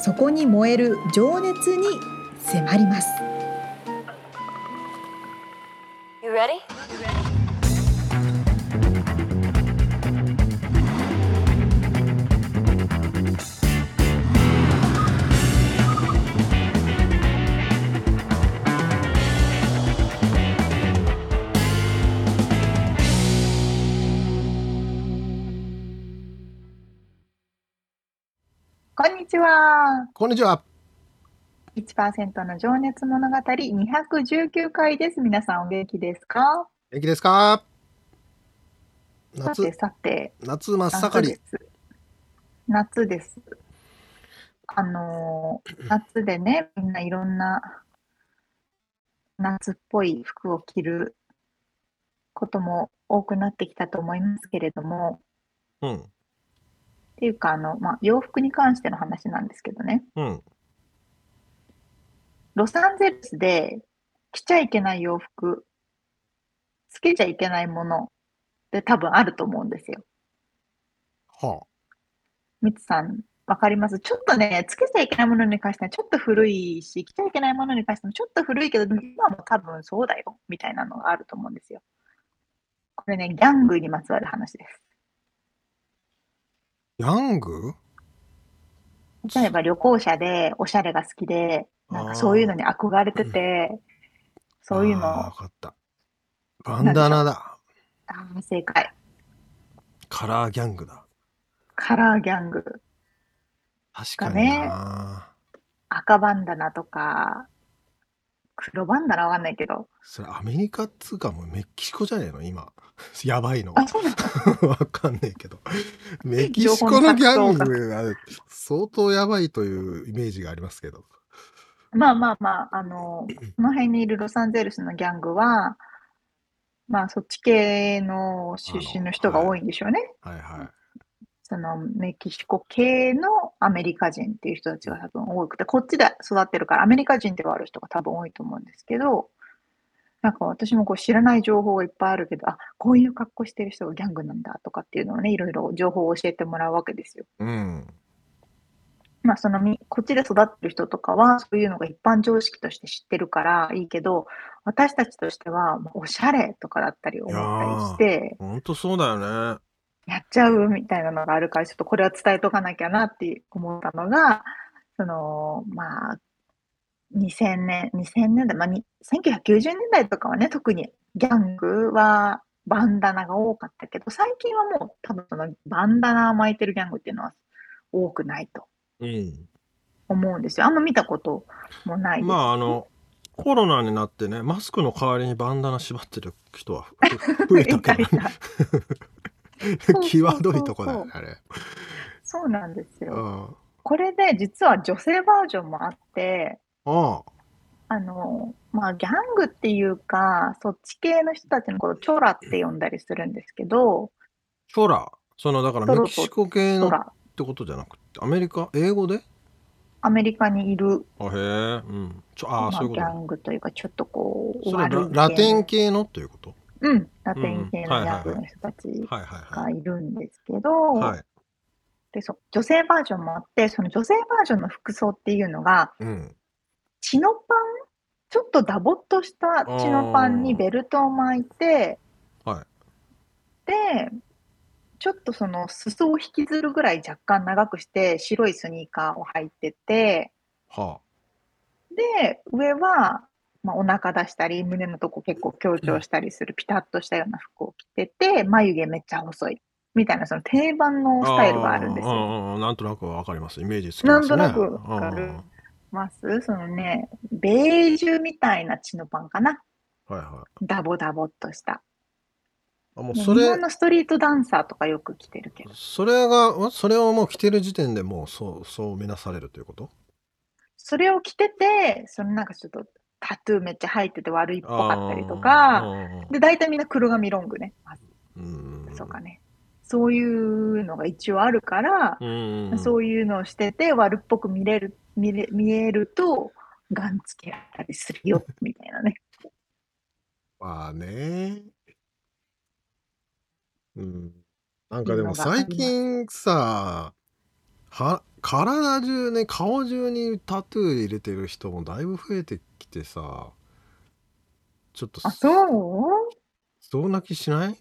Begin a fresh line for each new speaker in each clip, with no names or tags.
そこに燃える情熱に迫ります
You ready?
こんにちは。
こんにちは。
1%の情熱物語219回です。皆さんお元気ですか
元気ですか
さて
夏、
さて、
夏真っ
夏
盛
で
り。
す。夏です。あのー、夏でね、みんないろんな夏っぽい服を着ることも多くなってきたと思いますけれども、
うん。
っていうか、あの、まあ、洋服に関しての話なんですけどね、
うん。
ロサンゼルスで着ちゃいけない洋服、つけちゃいけないものって多分あると思うんですよ。
は
ミツさん、わかりますちょっとね、つけちゃいけないものに関してはちょっと古いし、着ちゃいけないものに関してもちょっと古いけど、でも今も多分そうだよ、みたいなのがあると思うんですよ。これね、ギャングにまつわる話です。
あ。ヤング
例えば旅行者でおしゃれが好きで、なんかそういうのに憧れてて、そういうの、
あーわ
あ
かった。バンダナだ。
ー正解。
カラーギャングだ。
カラーギャング。
確かにな。
赤バンダナとか、黒バンダナわかんないけど。
それアメリカっつうかもうメキシコじゃねえの今。やばいの。
あ、そうなの
わかんねえけど。メキシコのギャングは相当やばいというイメージがありますけど。
まあまあまあ、あの、この辺にいるロサンゼルスのギャングは、まあそっち系の出身の人が多いんでしょうね。
はいは
そのメキシコ系のアメリカ人っていう人たちが多分多くて、こっちで育ってるからアメリカ人ではある人が多分多いと思うんですけど、なんか私もこう知らない情報がいっぱいあるけど、あ、こういう格好してる人がギャングなんだとかっていうのをね、いろいろ情報を教えてもらうわけですよ。
い。うん。
まあ、そのみ、こっちで育ってる人とかは、そういうのが一般常識として知ってるからいいけど、私たちとしては、もうおしゃれとかだったり思ったりして、
ほんとそうだよね。
やっちゃうみたいなのがあるから、ちょっとこれは伝えとかなきゃなって思ったのが、その、まあ、2000年、2000年代、まあ、に1990年代とかはね、特にギャングはバンダナが多かったけど、最近はもう多分そのバンダナ巻いてるギャングっていうのは多くないと。
うん。
思うんですよ。あんま見たこともないです。
まああのコロナになってねマスクの代わりにバンダナ縛ってる人はふ 増えたから、
いたいたそうそう
際どいとこだよねあれ
そうなんです
う
よ。
んあ
これで実は女性バージョンもあって、
あ
あの、まあ、ギャングっていうか、そっち系の人たちのことをチョラって呼んだりするんですけど、
チョラそのだからメキシコ系
チ
の
ョ
っ
ラ、
てことじゃなくてアメリカ英語で
アメリカにいる、
あへえうんちょあ
ま
あ
あ、
そういうこ
ギ
と
ャ
ね
ングというか、ちょっとこう、
それは
悪い系
ララテン
の、
系のということ
うん、ラテン系のギャング
うん
の人たち
はいはいは
が
い
いるんですけ
は
ど、
い
で、そう、女性バージョンもあって、その女性バージョンの服装っていうのが、
うん
チノパンちょっとダボっとしたチノパンにベルトを巻いて、
は
で、ちょっとその裾を引きずるぐらい若干長くして、白いスニーカーを履いてて、
は
で、上は、まあ、お腹出したり、胸のとこ結構強調したりする、ピタッとしたような服を着てて、眉毛めっちゃ細い、みたいなその定番
あ
のスタイルがあるんです
う
よ。
うんうんなんとなくわかりますイメージつきますね
なんとなくわかる
うん
ますそのね、ベージュみたいなチノパンかな。
はいはい
ダボダボっとした。
あもう
ね
そ
日
れ
本のストリートダンサーとかよく着てるけど。
それがそれをもう着てる時点でもうそうそうみなされるということ
それを着てて、そのなんかちょっとタトゥーめっちゃ入ってて悪いっぽかったりと
あ
か、
ー
で、大体みんな黒髪ロングね。まず
うん
そうかね。そういうのが一応あるから、
うん
そういうのをしてて悪っぽく見れる、見れ見えると、ガンつけられたりするよ、みたい なね。
まあね。うん。なんかでも最近さ、は、体中ね、顔中にタトゥー入れてる人もだいぶ増えてきてさ、ちょっと
あ、そう
そうな気しない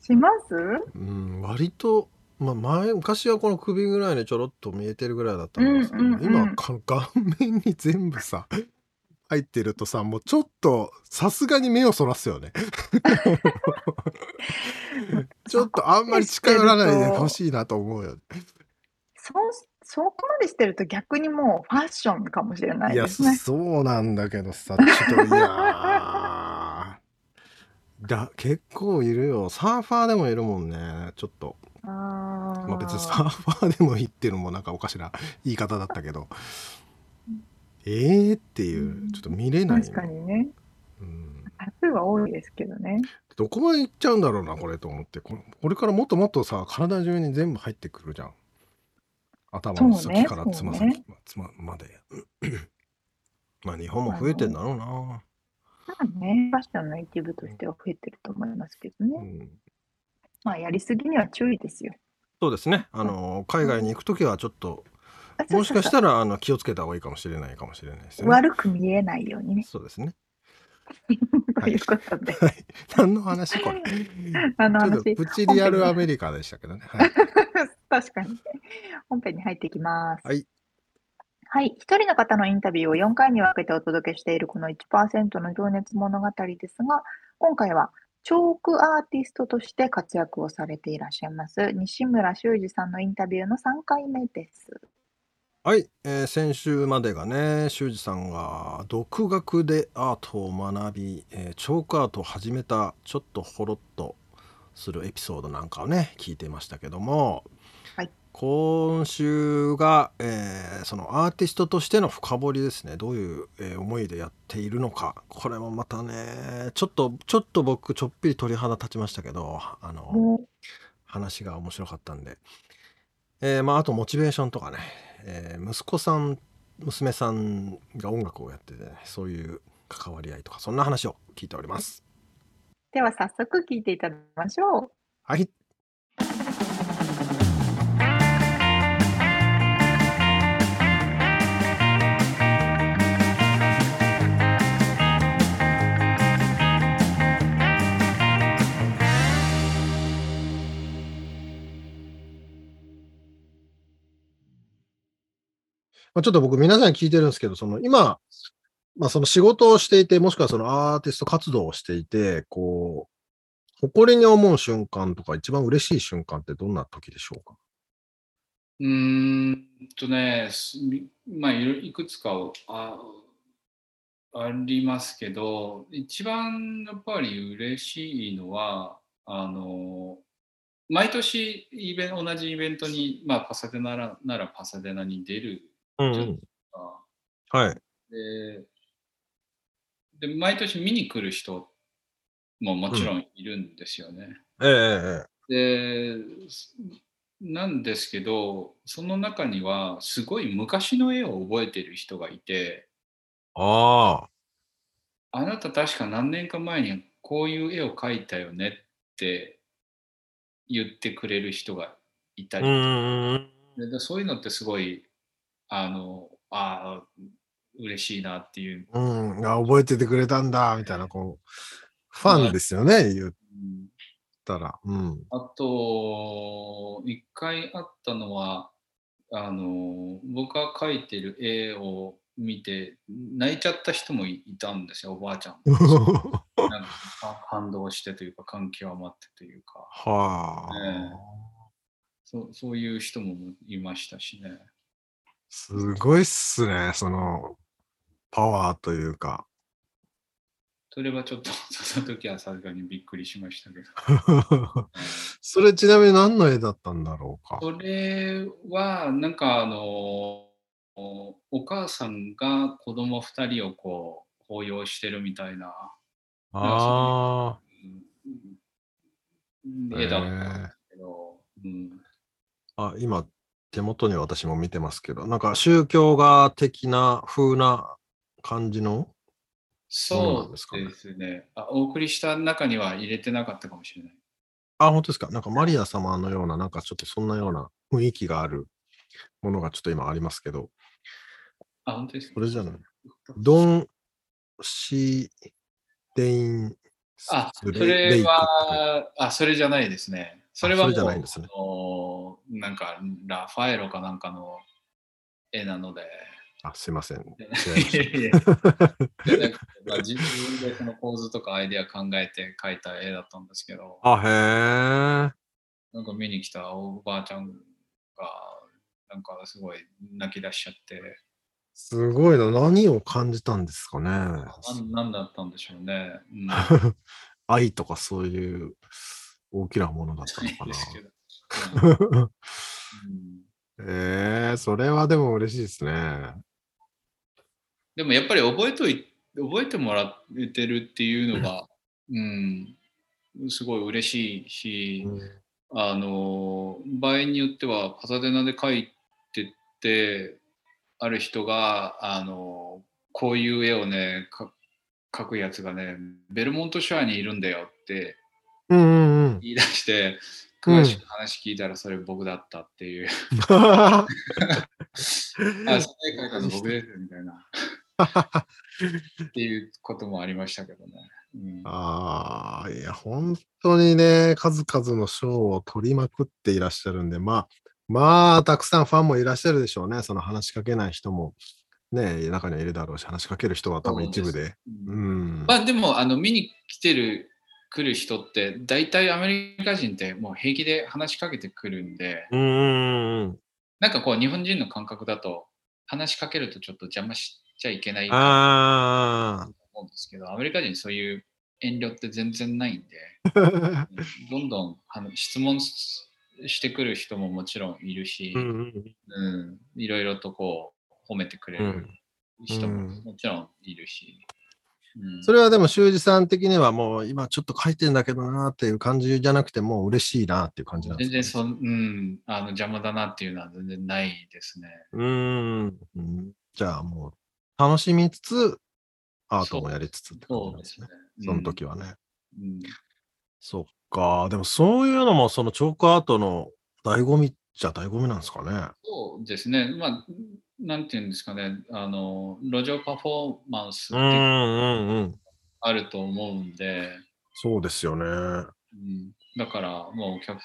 します
うん、割と、まあ前、昔はこの首ぐらいにちょろっと見えてるぐらいだった
うんん
ですけど、
うんうん
今か顔面に全部さ、入ってるとさ、もうちょっと、さすがに目をそらすよね。 ちょっとあんまり近寄らないでほしいなと思うよね。
そう、そこまでしてると逆にもうファッションかもしれない
いや、
ですね。
そうなんだけどさ、ちょっと、いやーだ、結構いるよ。サーファーでもいるもんね。ちょっと。
あ
まあ別にサ
ー
ーファーでもいいっていうのもなんかおかしな 言い方だったけど、ええっていう、ちょっと見れない。
確かにね。
うん
タトゥーは多いですけどね。
どこまで行っちゃうんだろうな、これと思って。これこれからもっともっとさ、体中に全部入ってくるじゃん。頭の
そうね
先からつま
そう
先、
ね
つままで。 まあ日本も増えてんだろうな。
まあね、ファッションの一部としては増えてると思いますけどね。
うん
まあやりすぎには注意ですよ。
そうですね。あの、海外に行くときはちょっと、
あそう
もし
そう
か
そ
したらあの気をつけた方がいいかもしれないかもしれないです
う
ね。
悪く見えないようにね。
そうですね。
ということで、
はい。何の 話これ。
あの
ちょっと
話、
プチリアルアメリカでしたけどね。 はい。
確かに。本編に入ってきます。
はい。
はい。一人の方のインタビューを4回に分けてお届けしているこの1%の情熱物語ですが、今回は、チョークアーティストとして活躍をされていらっしゃいます、西村修二さんのインタビューの3回目です。
はい、えー先週までがね、修二さんが独学でアートを学び、えーチョークアートを始めた、ちょっとほろっとするエピソードなんかをね、聞いていましたけども、
はい
今週が、えーそのアーティストとしての深掘りですね、どういう、えー思いでやっているのか、これもまたね、ちょっと、ちょっと僕、ちょっぴり鳥肌立ちましたけど、あの、
もう
話が面白かったんで、えーまああとモチベーションとかね、えー息子さん娘さんが音楽をやってて、ね、そういう関わり合いとかそんな話を聞いております
では早速聞いていただきましょう。
はいまあ、ちょっと僕皆さんに聞いてるんですけど、その今、まあ、その仕事をしていて、もしくはそのアーティスト活動をしていて、こう、誇りに思う瞬間とか、一番嬉しい瞬間ってどんな時でしょうか
うーんとね、すみまあ、いろいくつかをあありますけど、一番やっぱり嬉しいのは、あの毎年イベン同じイベントに、まあ、パサデナらならパサデナに出る
うん、
うんか
はい。
でで、毎年見に来る人ももちろんいるんですよね。
ええ
ですなんですけどその中にはすごい昔の絵を覚えてる人がいて
ああ。
あなた確か何年か前にこういう絵を描いたよねって言ってくれる人がいたり、
ん。
ででそういうのってすごいあのああ嬉しいなっていう、
うん。あ、覚えててくれたんだ、みたいな、こう、ファンですよね、言っ
うん
たら。うん。
あと、一回あったのは、あの、僕が描いてる絵を見て、泣いちゃった人もいたんですよ、おばあちゃんも。
は
なんかあ感動してというか、感極まってというか、
あ、
えそうそういう人もいましたしね。
すごいっすね、その、パワーというか。
それはちょっと、 その時はさすがにびっくりしましたけど。
それちなみに何の絵だったんだろうか。
それは、なんかあの、おお母さんが子供2人をこう抱擁してるみたいな
あ
うんうん絵だったんですけど、うん、
ーあ、今、手元に私も見てますけど、なんか宗教画的な風な感じの、そうなん
そ
ですか
う
ね
ですねあ。お送りした中には入れてなかったかもしれない。
あ、本当ですか。なんかマリア様のような、なんかちょっとそんなような雰囲気があるものがちょっと今ありますけど、
あ、本当ですか
それじゃない。ドン・シー・デイン・ス
あ、そ
レレ
れ
イクって書いて
は、あ、それじゃないですね。それはもう
あそれじゃないんですね
あのなんか、ラファエロかなんかの絵なので。
あ、すいません。違いま
いや
し
いやいやなんかまあ自分でその構図とかアイデア考えて描いた絵だったんですけど、
たあ、へえ。
なんか見に来たおばあちゃんが、なんかすごい泣き出しちゃって、
すごいな。何を感じたんですかね。
なんなんだったんでしょうね。うん、
愛とかそういう大きなものだったのか
で
な。
すけど。うん
えー、それはでも嬉しいですね。
でもやっぱり覚えとい覚えてもらえてるっていうのが、うん、すごい嬉しいし、あの場合によってはパサデナで書いてってある人があのこういう絵をねか描くやつがねベルモントシャアにいるんだよって
うんうんうん。
言い出して
うん
詳しく話聞いたらそれ僕だったっていう、あそれ描いたの僕ですよみたいな っていうこともありましたけどね。うん
ああ、いや、本当にね、数々の賞を取りまくっていらっしゃるんで、まあ、まあ、たくさんファンもいらっしゃるでしょうね。その話しかけない人も、ね、中にはいるだろうし、話しかける人は多分一部で。
うん
うん。
まあでもあの見に来てる来る人って大体アメリカ人ってもう平気で話しかけてくるんで
うんうんうん。
なんかこう日本人の感覚だと話しかけるとちょっと邪魔しちゃいけないと
あ
思うんですけどアメリカ人そういう遠慮って全然ないんで
あ。
どんどんあの質問ししてくる人ももちろんいるし、
うんうん
うんいろいろとこう褒めてくれ
う
る
ん
人も
うん
もちろんいるし、うん
それはでも修二さん的にはもう今ちょっと書いてんだけどなーっていう感じじゃなくてもう嬉しいなっていう感じなんです
全
か
然そ、うん、あの邪魔だなっていうのは全然ないですね。
うーんうんじゃあもう楽しみつつアートもやりつつって感じ
そ
な
うん
で
ですす
ね
ね。。
その時はね。
うん。
そっか。でもそういうのもそのチョークアートの醍醐味っちゃ醍醐味なんですかね。
そうですね。まあ、なんていうんですかね、あの、路上パフォーマンスっ
う
て
んうんうん。
あると思うんで、
そうですよね。
うん、だから、もうお客、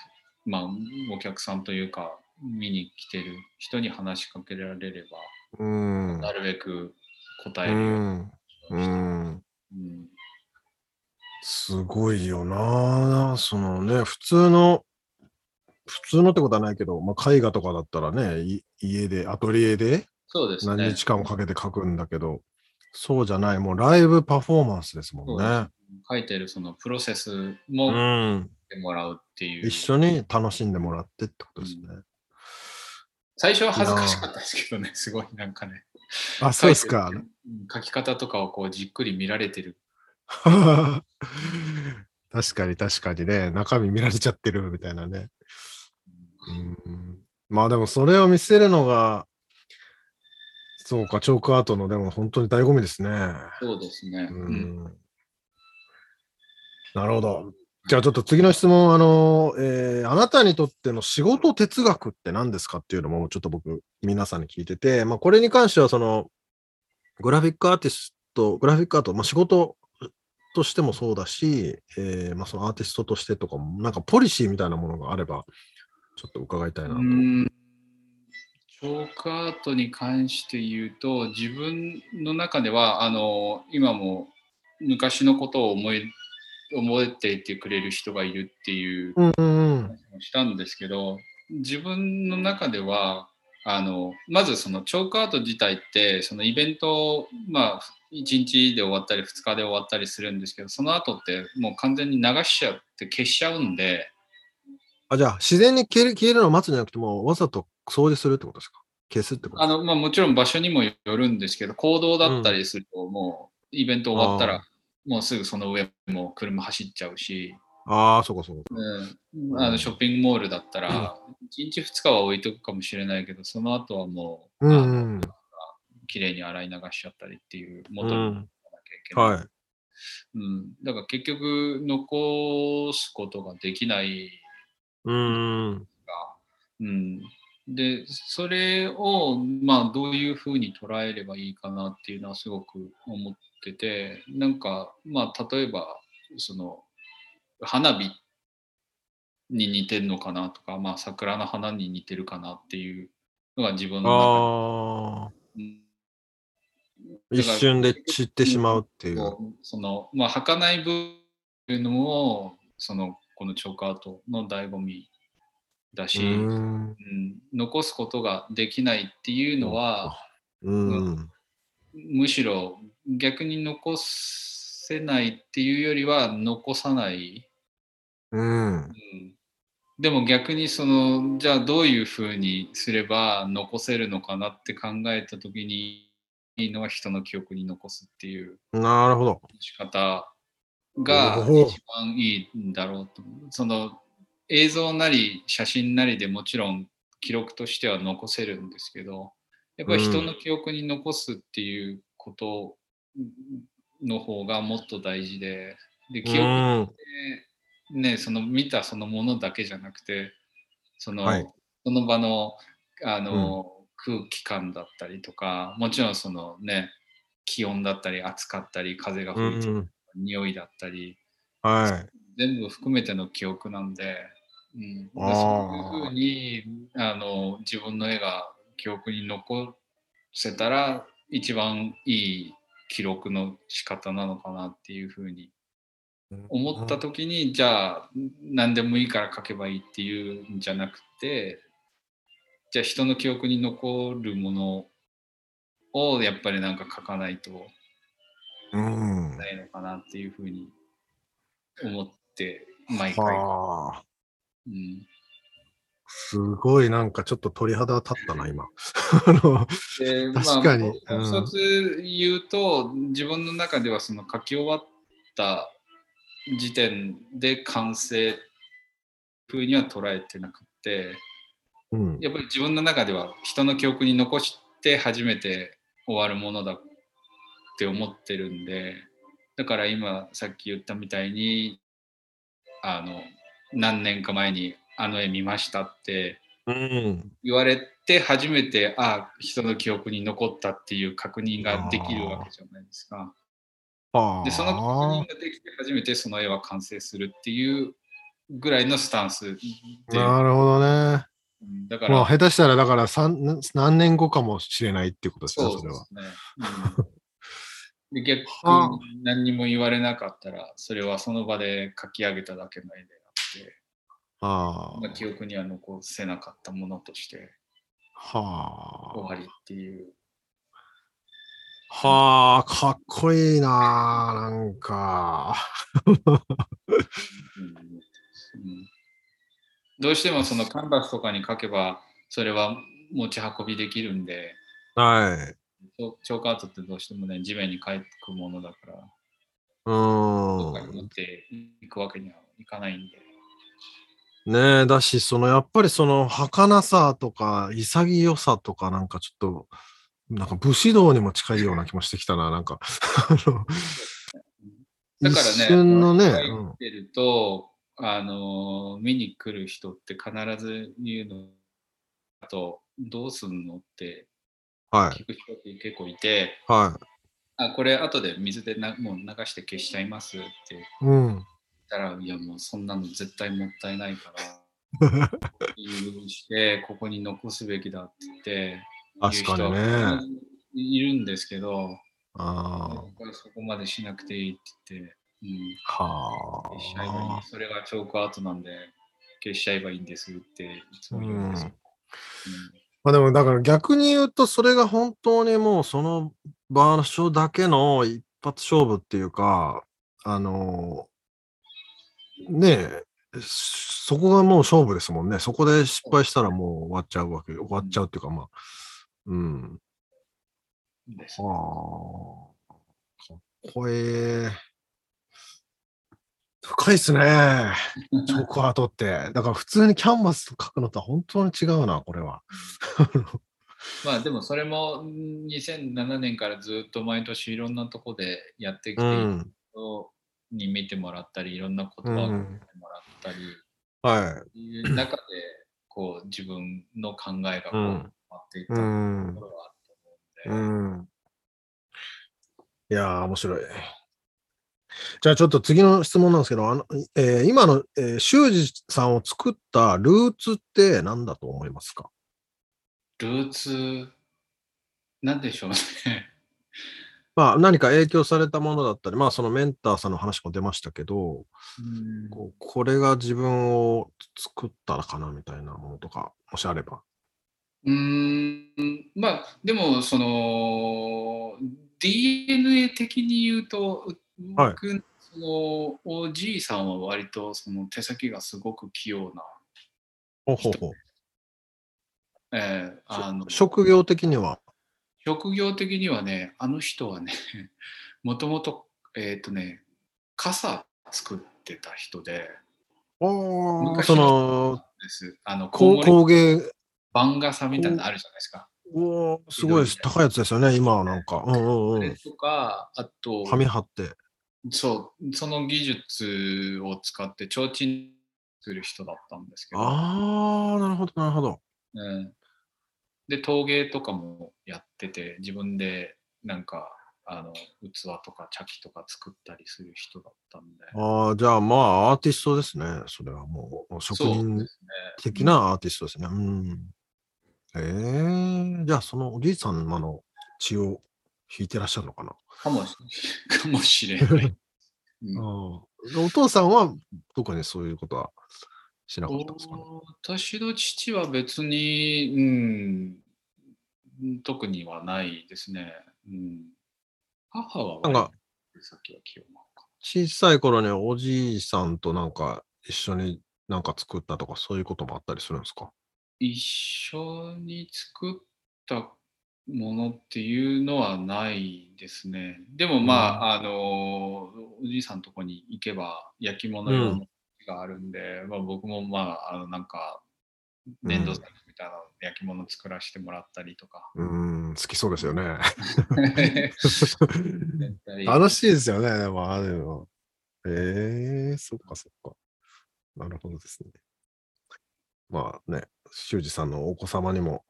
まあ、お客さんというか、見に来てる人に話しかけられれ
うん。
ば、なるべく答え
う
るよ
ん。
うに
う
して、
ん。
うん
すごいよな。そのね、普通の、普通のってことはないけど、まあ、絵画とかだったらね、い家で、アトリエで
そうですね。
何日間もかけて書くんだけど、そうじゃない、もうライブパフォーマンスですもんね。
書いてるそのプロセス
う
も
ん。
見てもらうっていう。
一緒に楽しんでもらってってことですね。
最初は恥ずかしかったですけどね、 すごいなんかね。
あ、そうですか
書い。てるうん書き方とかをこうじっくり見られてる。
確かに確かにね、中身見られちゃってるみたいなね。うん、まあでもそれを見せるのが、そうか、チョークアートのでも本当に醍醐味ですね。
そうですね。
う
うん
ん、なるほど。じゃあちょっと次の質問、あの、えーあなたにとっての仕事哲学って何ですかっていうのもちょっと僕、皆さんに聞いてて、まあこれに関してはその、グラフィックアーティスト、グラフィックアート、まあ仕事としてもそうだし、えーまあそのアーティストとしてとかも、なんかポリシーみたいなものがあれば、ちょっと伺いたいなと。
うんチョークアートに関して言うと、自分の中では、あの、今も昔のことを思い、思っていてくれる人がいるっていう
うんうんうん。
したんですけど自分の中ではあのまずそのチョークアート自体ってそのイベントまあ1日で終わったり2日で終わったりするんですけどその後ってもう完全に流しちゃって消しちゃうんで
あ、じゃあ自然に消える消えるのを待つんじゃなくて、もうわざと掃除するってことですか消すってこと
あの、まあ、もちろん場所にもよるんですけど、行動だったりすると、もうイベント終わった
あ
ら、もうすぐその上も車走っちゃうし、
ああ、そうかそうか。
うん、あのショッピングモールだったら、1日2日は置いとくかもしれないけど、その後はもう、
うん
あ
うん。
綺麗に洗い流しちゃったりっていう、
う
元に行かなきゃい
ん、
けない。
はい。
うん、だから結局、残すことができない
うん。
うん、でそれを、まあ、どういうふうに捉えればいいかなっていうのはすごく思っててなんか、まあ、例えばその花火に似てるのかなとか、まあ、桜の花に似てるかなっていうのが自分の
ああ、
中にうん
一瞬で散ってしまうっていう。
こうそのまあ儚い部分もそのこのチョークアートの醍醐味だし。
うん。
うん残すことができないっていうのは、
うん。
むしろ逆に残せないっていうよりは残さない、
うん。
うんでも逆にそのじゃあどういうふうにすれば残せるのかなって考えた時にいいのは人の記憶に残すっていう
なるほど。
仕方が
おお
一番いいんだろうと思うその映像なり写真なりでもちろん記録としては残せるんですけどやっぱり人の記憶に残すっていうことの方がもっと大事でで記
う
憶っ
ん。
てねその見たそのものだけじゃなくてその,、
はい
その場のあの、空気感だったりとかもちろんそのね気温だったり暑かったり風が
う
吹いて
ん。
匂いだったり
はい。
全部含めての記憶なんで、うん、
あー
そういうふうにあの自分の絵が記憶に残せたら一番いい記録の仕方なのかなっていうふうに思った時に、じゃあ何でもいいから書けばいいっていうんじゃなくてじゃあ人の記憶に残るものをやっぱりなんか書かないと
うん。
ないのかなっていうふうに思って毎回。
はあ。
うん
すごいなんかちょっと鳥肌立ったな、今。 あの、
でまあ
確かに
もう
うん
一つ言うと、自分の中ではその書き終わった時点で完成風には捉えてなくて、
うん。
やっぱり自分の中では人の記憶に残して初めて終わるものだって思ってるんで、だから今さっき言ったみたいに、あの、何年か前にあの絵見ましたって
うん。
言われて初めてああ人の記憶に残ったっていう確認ができるわけじゃないですか。
はあ。
でその確認ができて初めてその絵は完成するっていうぐらいのスタンスで
なるほどね。
うんだか
まあ、下
ら
手したら、だから三何何年後かもしれないっていうことですね、そ
そ
うれ
で
は。
すね。うん で逆
はあ
に何にも言われなかったらそれはその場で書き上げただけの絵で
は
あって、まあ、記憶には残せなかったものとして
あ。
終わ
は
りっていう。
あ。はあ、かっこいいなあなんか。
うんうんどうしてもそのカンバスとかに書けばそれは持ち運びできるんで
はい。
チョチョークアートってどうしてもね地面に書くものだから
う
どっかに持
ん
っ。ていくわけにはいかないんで、
ねえ、だし、その、やっぱりその、儚さとか、潔さとか、なんかちょっと、なんか武士道にも近いような気もしてきたな、なん か。あの
だからね
一瞬のね、
書いてると、あの見に来る人って必ず言うのあとどうすんのって
うんはい、
聞く人って結構いて、
は
あこれ後で水でなもう流して消しちゃいますって
い。うん。
ったら、いやもうそんなの絶対もったいない から、理由にして、ここに残すべきだって言って、
確かに
言う人は
ね。
いるんですけど、
あ
僕はそこまでしなくていいって言って、うん、
あ、は
消しちゃえばいい。それがチョークアートなんで、消しちゃえばいいんですっていつも言うんですよ。
まあでも、だから逆に言うと、それが本当にもうその場所だけの一発勝負っていうか、あのねえ、そこがもう勝負ですもんね。そこで失敗したらもう終わっちゃうわけ、終わっちゃうっていうか、まあ、うん。
です。
はあ。かっこいい。深いっすね。チョコアートって。だから普通にキャンバスと描くのとは本当に違うな、これは。
まあでもそれもん2007年からずっと毎年いろんなとこでやってきて、
うん。
人に見てもらったりいろんな言葉を
う
見
ん
てもらったり、
は
いう中でこう自分の考えがこ
う
う変
ん
わっていっ
い。
た
う
と
ん
こ。ろはあると思うんで。
うん。いやー、面白い。じゃあちょっと次の質問なんですけど、あのえー今の、えー、修二さんを作ったルーツって何だと思いますか
ルーツ、なんでしょうね。
まあ何か影響されたものだったり、まあそのメンターさんの話も出ましたけど、こうこれが自分を作ったかなみたいなものとか、もしあれば。
うーん、まあ、でも、その、DNA 的に言うと、
はい
僕そのおじいさんは割とその手先がすごく器用な、
ほうほうほう
えーあの
職業的には。
職業的にはね、あの人はね、 もともと、えっ、とね、傘作ってた人で、
ああ、
昔
その
です。あの、
こう工
工
芸、
番傘みたいなのあるじゃないですか。
おーすごい高いやつですよね、今はなんか。うんう
あ
んう
れ
ん。
とか、あと、
紙貼って。
そう、その技術を使って提灯する人だったんですけど、
ああ、なるほど、なるほど。
うん、で、陶芸とかもやってて、自分でなんか、あの器とか茶器とか作ったりする人だったんで、
ああ、じゃあまあ、アーティストですね。それはもう、職
そう
人
ですね。
的なアーティストですね。うん。ええじゃあそのおじいさんの血を引いてらっしゃるのかな。
かもしかもしれない。うん
うん、お父さんは特にそういうことはしなかったんですかね。
私の父は別に、うん、特にはないですね。うん、母は割と
なんか
手先は器用なのか
小さい頃におじいさんとなんか一緒になんか作ったとかそういうこともあったりするんですか
一緒に作ったものっていうのはないですね。でもまあ、あのおじいさんのとこに行けば焼き物用のがあるんで、まあ、僕もまああのなんか粘土細工みたいなので焼き物作らせてもらったりとか。
うーん、好きそうですよね。
あ
楽しいですよね、でもあれは。ええそっかそっか。なるほどですね。まあね、修二さんのお子様にも、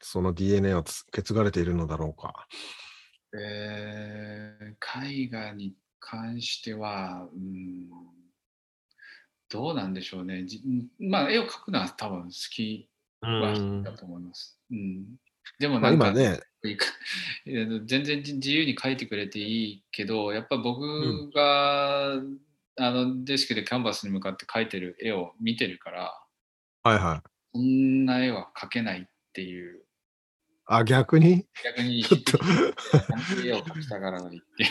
その DNA はつ受け継がれているのだろうか。
えー絵画に関しては、うん、どうなんでしょうね。じまあ、絵を描くのは多分好きは好きだと思います。うん、でも
ま
な
あ、
んか、
今ね、
いいかえー全然じ自由に描いてくれていいけど、やっぱ
ん
僕が、あのデスクでキャンバスに向かって描いてる絵を見てるから、
はいはい。
こんな絵は描けないっていう、
あ、逆に
逆に
ちょっと
絵を描きたがらな いっていう。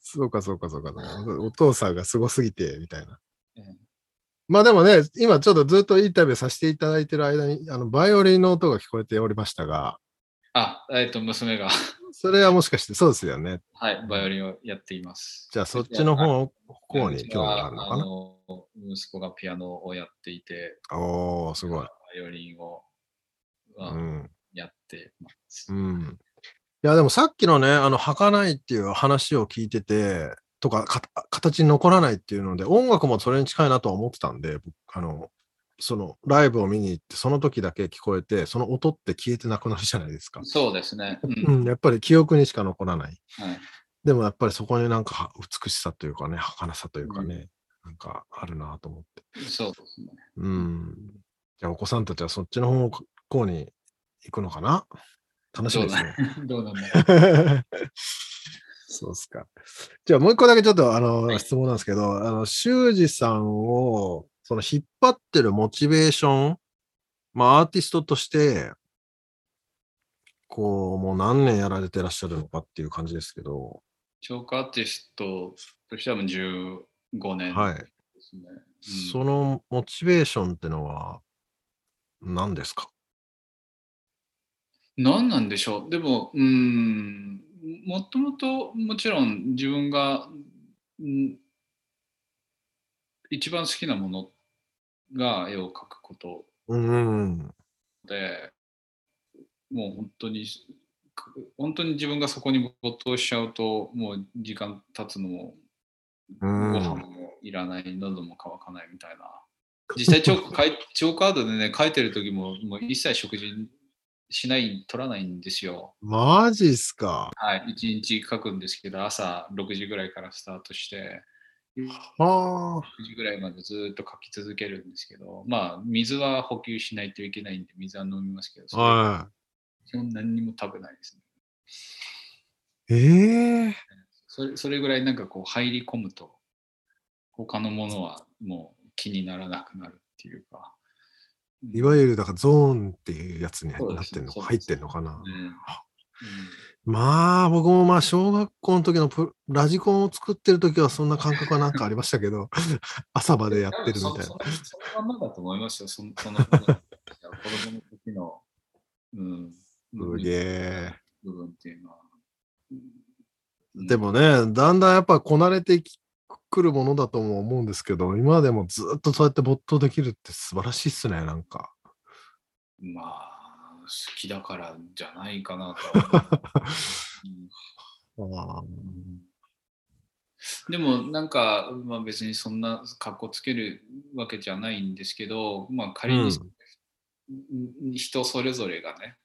そうかそうかそうかお。お父さんがすごすぎて、みたいな
うん。
まあでもね、今ちょっとずっとインタビューさせていただいてる間に、あの、バイオリンの音が聞こえておりましたが、
あ、えっ、と、娘が、
それはもしかしてそうですよね。
はい、バイオリンをやっています。
じゃあそっちの
を、
方向
う
に
ち
興味があるのか
は
な。
の息子がピアノをやっていて、
おー、すごい
バ。イオリンを、まあ
うん。
やってます。
うん。いや、でもさっきのね、あの、儚いっていう話を聞いてて、とかか、形に残らないっていうので、音楽もそれに近いなとは思ってたんで、僕あの、そのライブを見に行って、その時だけ聞こえて、その音って消えてなくなるじゃないですか。
そうですね。う。
うんん、やっぱり記憶にしか残らない。
はい、
でもやっぱりそこになんかは美しさというかね、儚さというかね、なんかあるなと思って。
そうです ね。
うん。じゃあ、お子さんたちはそっちの方向に行くのかな楽しみですね。
どうなんだろう。
そうっすか。じゃあ、もう一個だけちょっと、あの、
はい
質問なんですけど、あの、修二さんを、その、引っ張ってるモチベーション、まあ、アーティストとして、こう、もう何年やられてらっしゃるのかっていう感じですけど、
超過アーティストとしてはもう15年
はい。
ですね。うん
そのモチベーションってのは、何ですか
何なんでしょうでもうんもともともちろん自分がうん一番好きなものが絵を描くこと
うん。
でもう本当に本当に自分がそこに没頭しちゃうともう時間経つのも
う
ご
ん。
飯もいらない喉も乾かないみたいな実際チョーク書いチョーカードでね書いてる時ももう一切食事しない取らないんですよ
マジっすか。
はい、一日書くんですけど、朝6時ぐらいからスタートして、
はあ。
9時ぐらいまでずっと書き続けるんですけど、まあ、水は補給しないといけないんで、水は飲みますけど、それ
は
基本何にも食べないですね。
い。ええ
それそれぐらいなんかこう入り込むと、他のものはもう気にならなくなるっていうか。
いわゆる、だからゾーンっていうやつにな
そうで
っ
す
てんのか、
そう
入っ
です
てんのかな。
うんうん
まあ、僕もまあ、小学校の時のプラジコンを作ってる時はそんな感覚はなんかありましたけど、 朝までやってるみたい
そ
な。
そそのまんまだと思いますよ、そのその子供の時の。うん、
すげえ。
部分っていうのは。うん
で、もね、だんだんやっぱこなれてきくるものだとも思うんですけど、今でもずっとそうやって没頭できるって素晴らしいっすね、なんか。
まあ、好きだからじゃないかなとは思
ああ
う。うんでも、なんか、まあ、別にそんな格好つけるわけじゃないんですけど、まあ、仮に、人それぞれがね、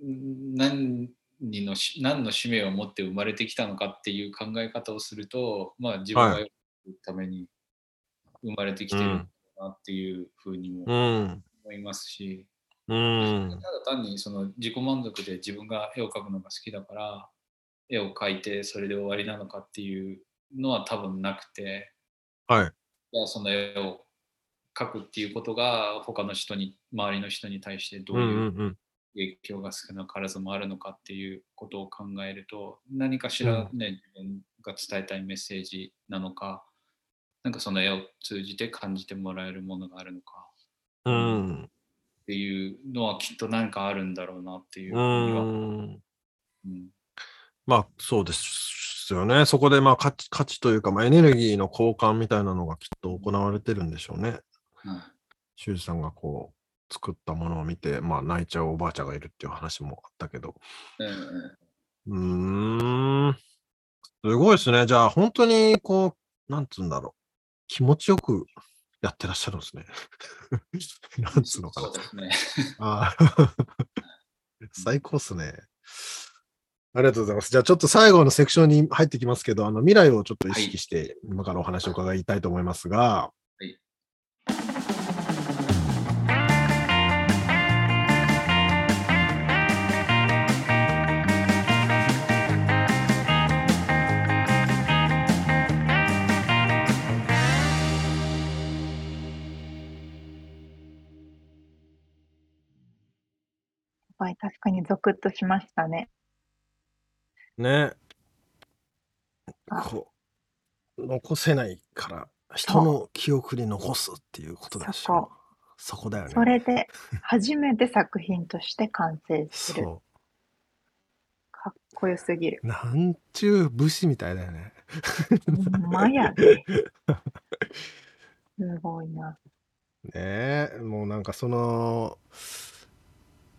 何のし何の使命を持って生まれてきたのかっていう考え方をすると、まあ、自分が
は
生きるために生まれてきてるんだなっていうふうにも
うん。
思いますし、
うん。
ただ単にその自己満足で自分が絵を描くのが好きだから絵を描いてそれで終わりなのかっていうのは多分なくて
はい。
じゃあその絵を描くっていうことが他の人に周りの人に対してど
うん
う
う
いうん
うん。
影響が少なからずもあるのかっていうことを考えると何かしらね、自分が伝えたいメッセージなのかなんかその絵を通じて感じてもらえるものがあるのか
うん。
っていうのはきっと何かあるんだろうなっていう
う
ふうには
ん。
うん
まあそうですよね。そこでまあ価値価値というか、まあ、エネルギーの交換みたいなのがきっと行われてるんでしょうね。
はい
修二さんがこう作ったものを見て、まあ泣いちゃうおばあちゃんがいるっていう話もあったけど。
ええ
うーん。すごいですね。じゃあ本当にこう、なんつうんだろう。気持ちよくやってらっしゃるんですね。 なんつうのかな
そう。ですね。
あ あ最高っすね。ありがとうございます。じゃあちょっと最後のセクションに入ってきますけど、あの未来をちょっと意識して、今からお話を伺いたいと思いますが、
い
ぱり確かにゾクッとしましたね。
ね。
あ
こう残せないから、人の記憶に残すっていうことでし
そ
ょ
こ。
そこだよね。
それで初めて作品として完成する。
そ
かっこよすぎる。
う。なんちゅう武士みたいだよね。
ほんまやね。すごいな。
ねえもうなんかその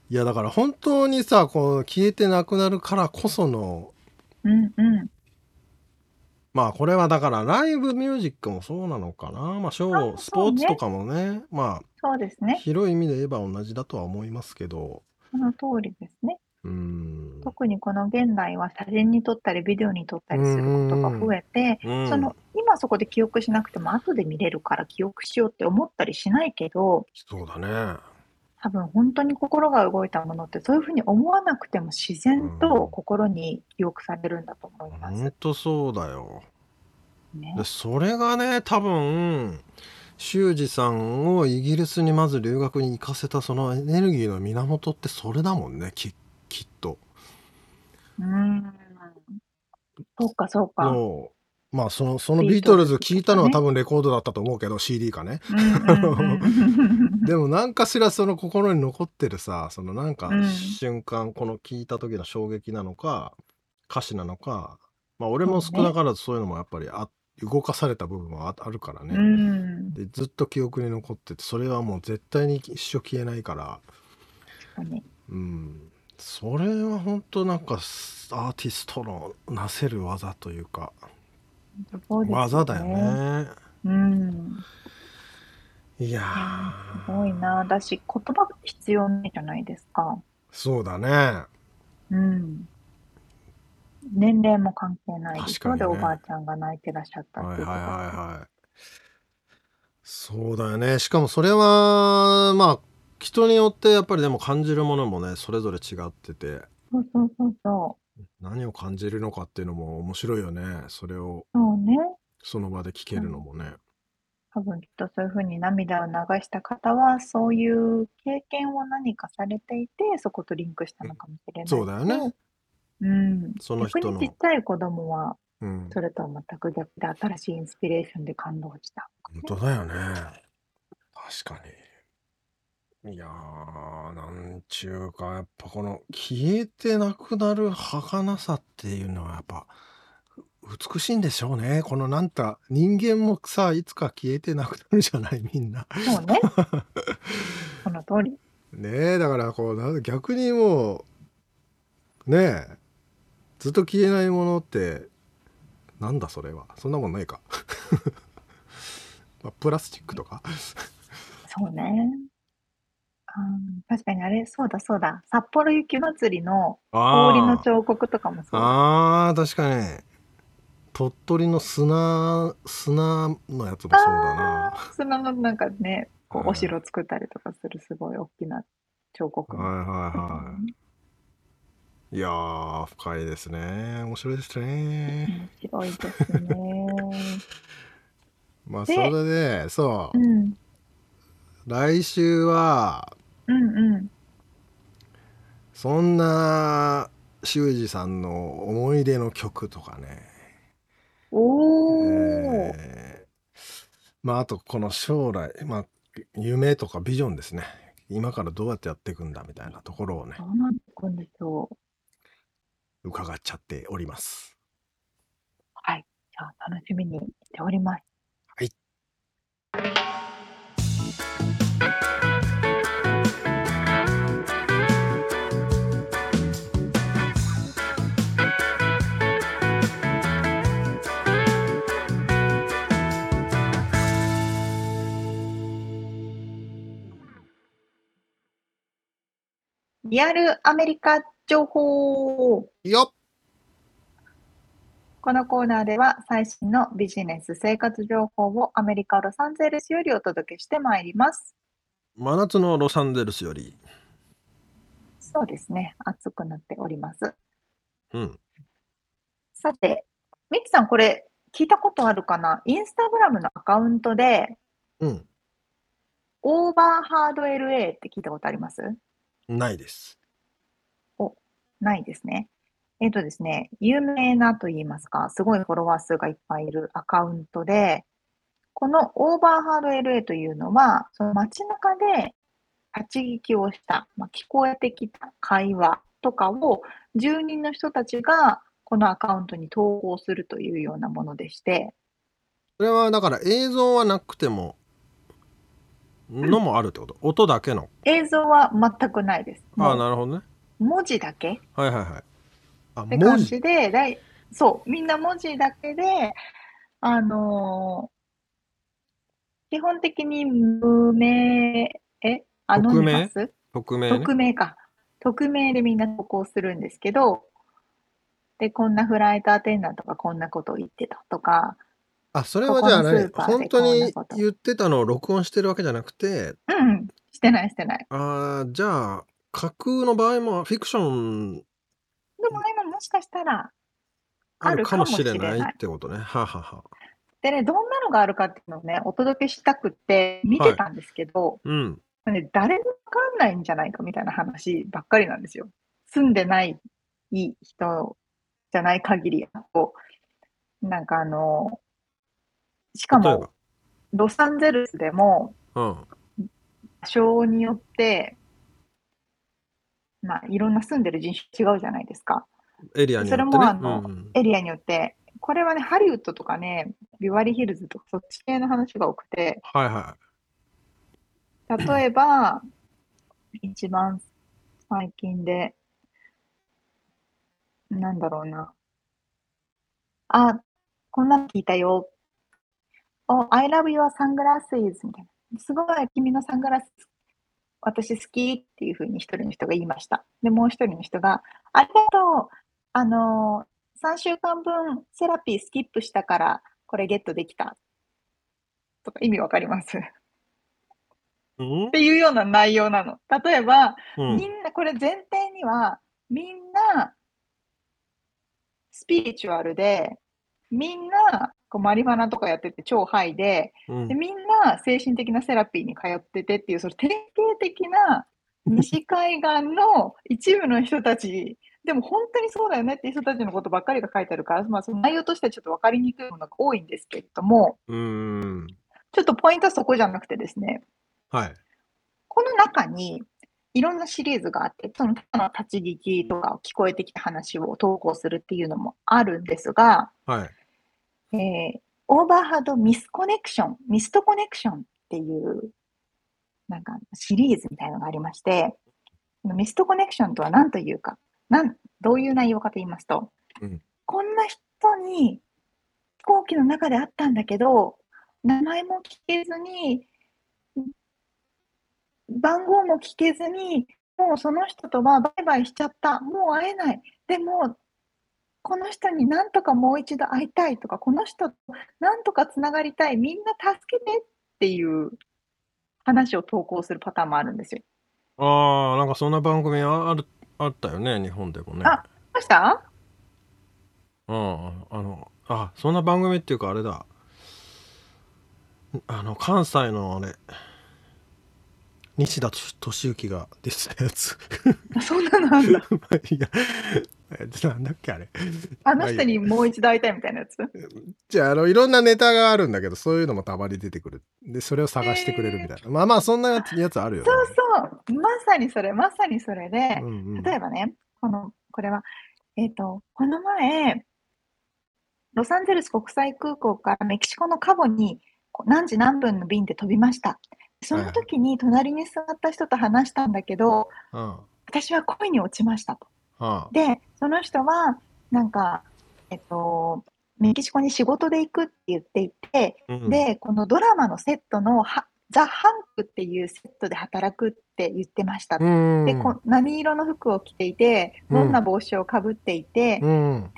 いやだから本当にさこう消えてなくなるからこその
うんうん。
まあこれはだからライブミュージックもそうなのかなまあショー
あ
スポー
そう
ツ
ね
とかもねま
そうです
あ
ね。
広い意味で言えば同じだとは思いますけど
その通りですね。
うん
特にこの現代は写真に撮ったりビデオに撮ったりすることが増えて、
うん
その今そこで記憶しなくても後で見れるから記憶しようって思ったりしないけど
そうだね
多分本当に心が動いたものってそういうふうに思わなくても自然と心に記憶されるんだと思います、
ほんとそうだよ
ね
でそれがね多分修二さんをイギリスにまず留学に行かせたそのエネルギーの源ってそれだもんねききっと。
うーんそうかそうか、
そうまあそのそのビ
ビ
ー
ート
トル
ル
ズ
ズ
聞いたのは
とか
多
ね
分レコードだったと思うけど CD かね。
うんうんうん
でも何かしらその心に残ってるさそのなんか
うん
瞬間、この聞いた時の衝撃なのか歌詞なのかまあ俺も少なからずそういうのもやっぱりあ動かされた部分はああるからね、
うん。
でずっと記憶に残っててそれはもう絶対に一生消えないから
確かに
うんそれは本当なんかすアーティストのなせる技というか
そうです
技だよね
うん。
いやー
すごいな。だし、言葉必要ないじゃないですか。
そうだね
うん。年齢も関係ない。
確
いつ
かに
ま
ね
でおばあちゃんが泣いてらっしゃった
はい
っていう
はい
こと
はいはいそうだよねしかもそれはまあ人によってやっぱりでも感じるものもねそれぞれ違ってて
そうそうそうそ
何を感じるのかっていうのも面白いよねそれを
う。そうね。
その場で聞けるのもね、
多分きっとそういうふうに涙を流した方は、そういう経験を何かされていて、そことリンクしたのかもしれない
そうだよね
し。うん。
その人の
逆にちっちゃい子供は、
うん
それとは全く逆で新しいインスピレーションで感動した。
本当だよね確かにいやーなんちゅうかやっぱこの消えてなくなる儚さっていうのはやっぱ美しいんでしょうねこのなんか人間もさいつか消えてなくなるじゃないみ んな
そうね。その通り。
ねえだからこうなん逆にもうねえずっと消えないものってなんだそれはそんなもんないか、 まあ、プラスチックとか
そうね。うん、確かにあれ、そうだそうだ。札幌雪まつりの氷の彫刻とかもそう。
ああ確かに鳥取の砂砂のやつもそうだな
砂のなんかね、こ
は
う
い
お城作ったりとかするすごい大きな彫刻
はい
も。
はいはいいやー深いですね面白いですね
面白いです ね。
まあそ
で、
れでそううん来週は
うん、うん。
そんな修二さんの思い出の曲とかね
おー、
えーまああとこの将来まあ夢とかビジョンですね今からどうやってやっていくんだみたいなところをね
どうなってくんでしょう。
伺っちゃっております。
はい。じゃあ楽しみにしております。
はい。
リアルアメリカ情報。
よっ
このコーナーでは最新のビジネス生活情報をアメリカ・ロサンゼルスよりお届けしてまいります。
真夏のロサンゼルスより。
そうですね。暑くなっております。
うん。
さて、ミキさんこれ聞いたことあるかなインスタグラムのアカウントで
うん。
オーバーハード LA って聞いたことあります
ないです。
ないですね。えっとですね、有名なと言いますか、すごいフォロワー数がいっぱいいるアカウントで、このオーバーハード LA というのは、その街中で立ち聞きをした、まあ、聞こえてきた会話とかを住人の人たちがこのアカウントに投稿するというようなものでして、
それはだから映像はなくても、のもあるってこと。音だけの。
映像は全くないです。
ああ、
も
なるほどね。
う文字だけ
はいはいはい。あ、
って感
文字。
じで、だいそう、みんな文字だけで、あのー基本的に無名、え、アノニマス
匿名ね
匿。名か。匿名でみんな投稿するんですけど、で、こんなフライトアテンダントがこんなことを言ってたとか、
あ、それはじゃあ何
ここのスーパー
本
で
当
こんなこと
に言ってたのを録音してるわけじゃなくて、
うんうん、してないしてない。
ああ、じゃあ、架空の場合もフィクション
でも今もしかしたら、
あ
あ
る
る
か
か
も
も
し
し
れ
れない
ないってことね。はあはあはあ。
でね、どんなのがあるかっていうのをね、お届けしたくって見てたんですけど、
うん。
ね、誰もわかんないんじゃないかみたいな話ばっかりなんですよ。住んでない人じゃない限りは、こうなんかあの、しか
例え
も、ロサンゼルスでも、
ば。
場所によって、まあ、いろんな住んでる人種違うじゃないですか。
エリアによっ
そ
てね
れもあの
うん
エリアによって、これはね、ハリウッドとかね、ビバリーヒルズとか、そっち系の話が多くて、
はいは
例えば、一番最近で、なんだろうな。あ、こんなの聞いたよ。お、I love your sunglasses みたいな。すごい、君のサングラス、私好きっていうふうに一人の人が言いました。で、もう一人の人が、ありがとう。あのー、3週間分セラピースキップしたから、これゲットできた。とか意味わかりますっ
い。うん
ていうような内容なの。例えば、
うん
みんな、これ前提には、みんな、スピリチュアルで、みんな、こうマリファナとかやってて超ハイで、
うん
で、みんな精神的なセラピーに通っててっていう、その典型的な西海岸の一部の人たち、でも本当にそうだよねっていう人たちのことばっかりが書いてあるから、まあ、その内容としてはちょっと分かりにくいものが多いんですけれども、
うん。
ちょっとポイントはそこじゃなくてですね、
はい。
この中にいろんなシリーズがあって、その他の立ち聞きとか聞こえてきた話を投稿するっていうのもあるんですが、
はい。
えーオーバーハードミスコネクション、ミストコネクションっていう、なんかシリーズみたいなのがありまして、ミストコネクションとは何というか、なんどういう内容かと言いますと、
うん
こんな人に飛行機の中で会ったんだけど、名前も聞けずに、番号も聞けずに、もうその人とはバイバイしちゃった、もう会えない、でも、この人になんとかもう一度会いたいとか、この人となんとかつながりたい、みんな助けてっていう話を投稿するパターンもあるんですよ。
ああ、なんかそんな番組ああるあったよね、日本でもね。
あどうした
うん、あの、あ、そんな番組っていうかあれだ。あの、関西のあれ、西田敏行が出てたや つ。
あそん なのあんだ。
いや、えっとなんだっけあれ。
あの人にもう一度会いたいみたいなやつ。
じゃあ、あの、いろんなネタがあるんだけど、そういうのもたまに出てくる。で、それを探してくれるみたいな。まあまあ、そんなやつやつあるよね。
そうそう、まさにそれ、まさにそれで、
うんうん
例えばね、この、これは、えっと、この前、ロサンゼルス国際空港からメキシコのカボにこう何時何分の便で飛びました。そ
はいは
の
い
時に隣に座った人と話したんだけど、
うん。は
私は恋に落ちましたと。
あ。
で、その人は、なんか、えっと、メキシコに仕事で行くって言っていて、
うん、
で、このドラマのセットのはザ・ハンクっていうセットで働くって言ってましたと
うん。
でこ何色の服を着ていて、
うん
どんな帽子をかぶっていて、
うん。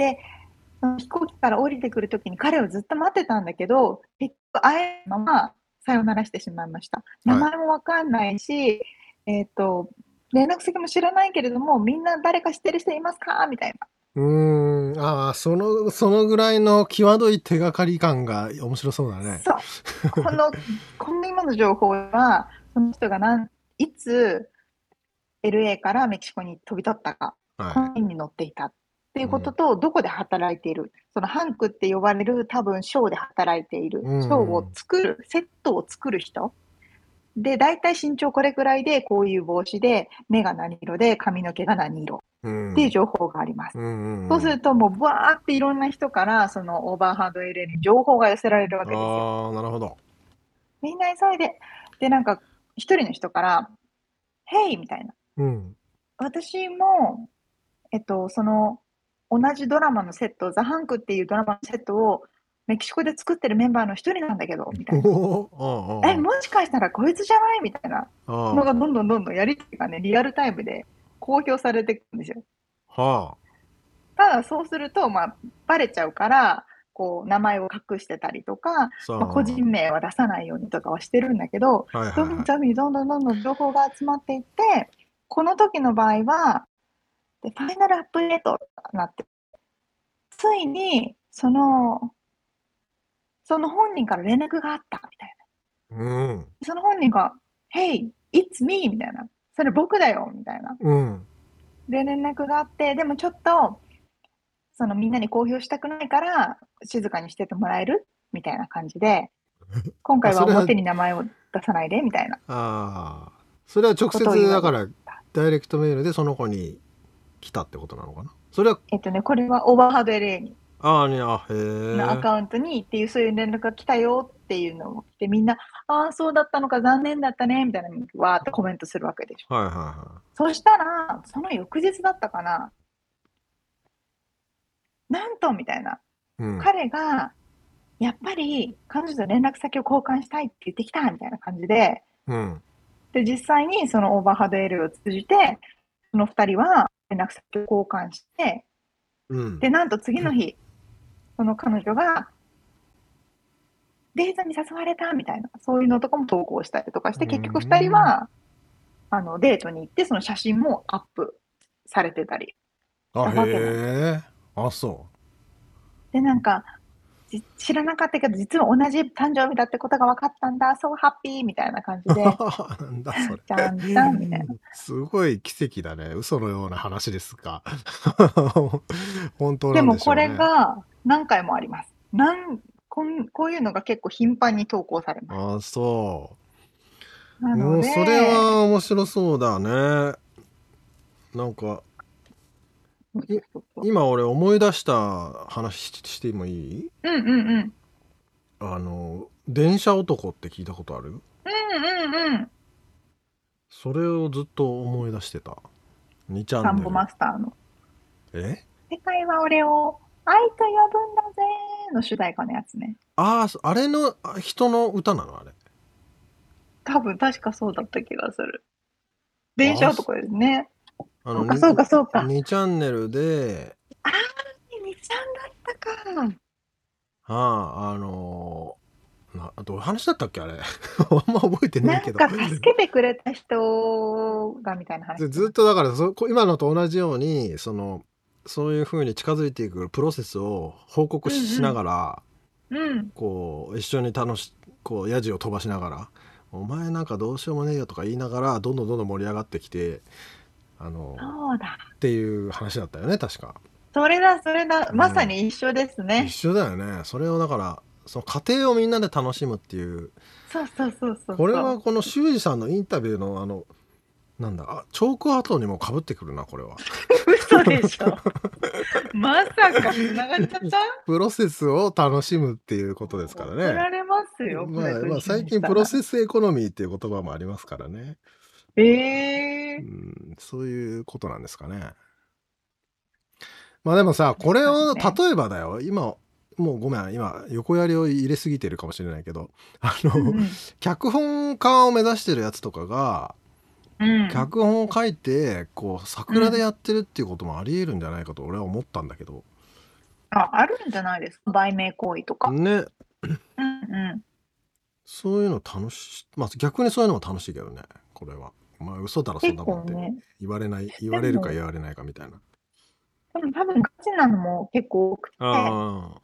その飛行機から降りてくるときに彼をずっと待ってたんだけど、結局会えないままさよならしてしまいました。名前もわかんないし、えっ、と、連絡先も知らないけれども、みんな誰か知ってる人いますかみたいな。
うーん。ああ、その、そのぐらいの際どい手がかり感が面白そうだね。
そう。この、この今の情報は、その人がなんいつ LA からメキシコに飛び立ったか、この
は
便に乗っていたっていうことと、どこで働いている、そのハンクって呼ばれる多分ショーで働いている、
うん
ショーを作る、セットを作る人。で、大体身長これくらいで、こういう帽子で、目が何色で、髪の毛が何色
い。うん
っていう情報があります。
うんん
そうすると、もう、ブワーっていろんな人から、そのオーバーハード LA に情報が寄せられるわけですよ。
ああ、なるほど。
みんな急いで。で、なんか、一人の人から、ヘイみたいな。
うん。
私も、えっと、その同じドラマのセット、ザ・ハンクっていうドラマのセットをメキシコで作ってるメンバーの一人なんだけど、みたいな。
おお
え、もしかしたらこいつじゃないみたいな
あ
のが
あ
どんどんどんどんやりとりがね、リアルタイムで公表されていくんですよ。
は
ただそうすると、まあ、バレちゃうから、こう、名前を隠してたりとか、
あ。そう
まあ、個人名は出さないようにとかはしてるんだけど、
はいは
ど
いは
ん
い。
どんどんどんどんどん情報が集まっていって、この時の場合は、でファイナルアップデートになって、ついに、その、その本人から連絡があったみたい
うん。
な。その本人が、Hey, it's me! みたいな。それ僕だよみたいな。
うん。
で、連絡があって、でもちょっと、そのみんなに公表したくないから、静かにしててもらえる みたいな感じで、今回は
それは
表に名前を出さないで、みたいな。
ああ。それは直
ことを言
接
われ
だからダイレクトメールでその子に来たってことなのかなそれは
えっとね、これはオーバーハベレーニ
ああねあへ
のア
え
カウントにっていう、そういう連絡が来たよっていうのを来て、みんな、ああ、そうだったのか、残念だったね、みたいなのに、わーってコメントするわけでしょ。
はいはいは
そしたら、その翌日だったかな、なんと、みたいな。
い、うん、
彼が、やっぱり彼女と連絡先を交換したいって言ってきたみたいな感じで、
うん
で、実際にそのオーバーハード L を通じて、その二人は連絡先を交換して、
うん
で、なんと次の日、その彼女が、デートに誘われたみたいな、そういうのとかも投稿したりとかして、結局二人は、あの、デートに行って、その写真もアップされてたり。
あ
なわ
へ
け
えあそ
で、なんか、じ知らなかったけど、実は同じ誕生日だってことが分かったんだ、そうハッピーみたいな感じ
う
で、
なんだそれ
じゃんじゃんみたいな。
すごい奇跡だね嘘のような話ですか 本当
で
なん
も
でしょ
こ
うね
れが何回もあります。なんこんこういうのが結構頻繁に投稿されます。
あそ
な
うも
の
う
で、
それは面白そうだねなんかい今俺思い出した話ししてもいい
うんうんうん。うん
あの電車男って聞いたことある
うんうん。
それをずっと思い出してた2チャ
サ
ン
ン
ネ
ボ
ル
マスターの。
え
世界は俺を愛と呼ぶんだぜーの主題歌のやつね。
ああそあれのあ人の歌なのあれ
多分確かそうだった気がする。電車男ですね。
あ
そうかそうかそうか。
2チャンネルで
ああ、みちゃんだったか。
あああのーなどういう話だったっけあれ あんま覚えてな
ない
け
ん
ど
か助 けてくれた人がみたいな
ず
話。
ずっとだからそこ今のと同じようにそのそういうふうに近づいていくプロセスを報告し,、
うんうん
ながら
うん。
こう一緒に楽しこうヤジを飛ばしながら「お前なんかどうしようもねえよ」とか言いながらどんどんどんどん盛り上がってきてあの
そうだ。
っていう話だったよね確か
それだ、それだ。
うん
まさに一緒です
一
ね。
緒だよねそれをだからその過程をみんなで楽しむっていう
そうそうそうそう。
これはこの修二さんのインタビューのあのなんだあチョークアートにもかぶってくるなこれは
嘘でしょ。 まさか繋がっちゃった
プロセスを楽しむっていうことですから
怒ら
ね
れますよ。こ
ま
れ
あ
と一緒に
まあ最近
したら
プロセスエコノミーっていう言葉もありますからね、
え
う
え
ん、そういうことなんですかねまあでもさこれを
確
例えばだよ今もうごめん今横やりを入れすぎてるかもしれないけどあの、
うんうん
脚本家を目指してるやつとかが
うん。
脚本を書いてこう桜でやってるっていうこともありえるんじゃないかと俺は思ったんだけど、
あ、あるんじゃないですか。売名行為とか。うん
ね
うん。
そういうの楽しまあ逆にそういうのも楽しいけどねこれはまあ嘘だろそん
結
なも
構
んって
ね。
言われない言われるか言われないかみたいな
でも多分ガチなのも結構多くて。
ああ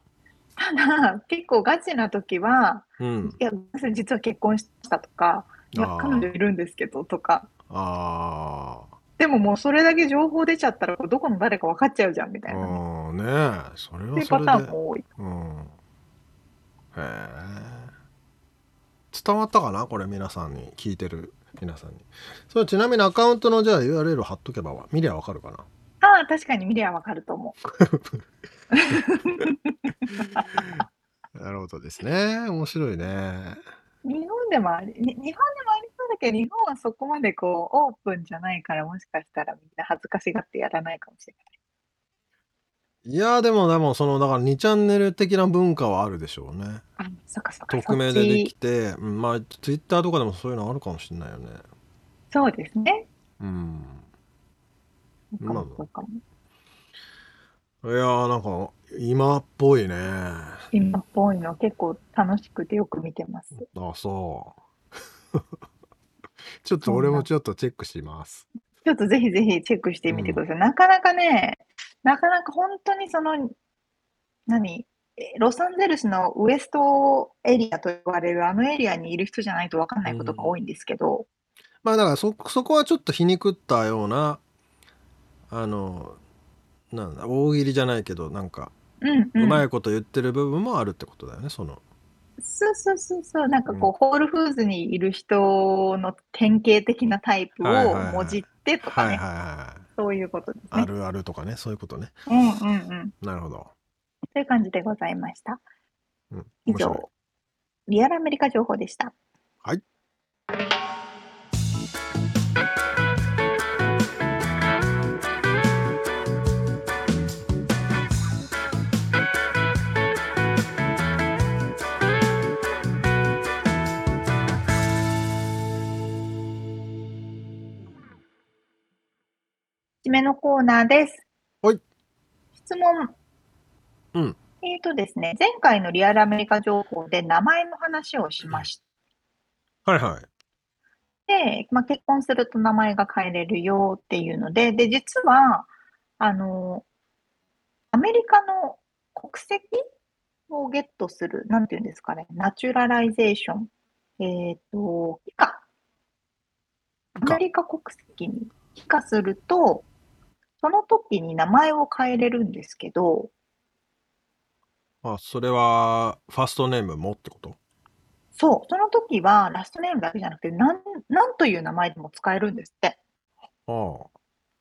ただ、結構ガチな時は、
うん
いや、実は結婚したとか、いや
あー
彼女いるんですけどとか、
あ
でももうそれだけ情報出ちゃったら、どこの誰か分かっちゃうじゃんみた
あ
いな。っ
うんねえそれ
て
は
いう
そ
パ
れ
ターン
で
も多い。
うんへえ伝わったかなこれ皆さんに聞いてる皆さんにそれちなみにアカウントのじゃあ URL 貼っとけば見りゃわかるかな
ああ、確かに見りゃ分かると思
なるほどですね。面白いね。
う。日本でもあり、に日本でもありそうだけど、日本はそこまでこう、オープンじゃないから、もしかしたらみんな恥ずかしがってやらないかもしれない。
いやーでもでもそのだから2チャンネル的な文化はあるでしょうね。
あ、そっかそっか。
匿名
そっ
で
ち
できて、うん、まあツイッターとかでもそういうのあるかもしれないよね。
そうですね。
うん。
そうか
まあ
もそうかも。
いやーなんか今っぽいね。
今っぽいの結構楽しくてよく見てます。
あそう。 ちょっと俺もちょっとチェックします。
ちょっとぜひぜひチェックしてみてください。なかなかね、なかなか本当にその、何、えロサンゼルスのウエストエリアと呼ばれるあのエリアにいる人じゃないと分かんないことが多いんですけど、
まあだからそそこはちょっと皮肉ったようなあのなんだ大喜利じゃないけどなんか
うん、う、
うんまいこと言ってる部分もあるってことだよねその。
そうそうそうそう、なんかこう、
うん
ホールフーズにいる人の典型的なタイプ
はいはい
を
はい
もじってとか
はいはい
ね、
はい
そういうことです
あ
ね。
るあるとかねそういうことね
うんうんうん。
なるほど、
という感じでございました。
うん、
以
面白い
上、リアルアメリカ情報でした。
はい。
締めのコーナーです。
はい。
質問。
うん。
えーとですね、前回のリアルアメリカ情報で名前の話をしまし
はいはい
で、まあ、結婚すると名前が変えれるよっていうので、で、実は、あの、アメリカの国籍をゲットする、なんていうんですかね、ナチュラライゼーション、えっと、帰化。アメリカ国籍に帰化すると、その時に名前を変えれるんですけど、
あそれはファーストネームもってこと
そう、その時はラストネームだけじゃなくて、なん、なんという名前でも使えるんですって。
ああ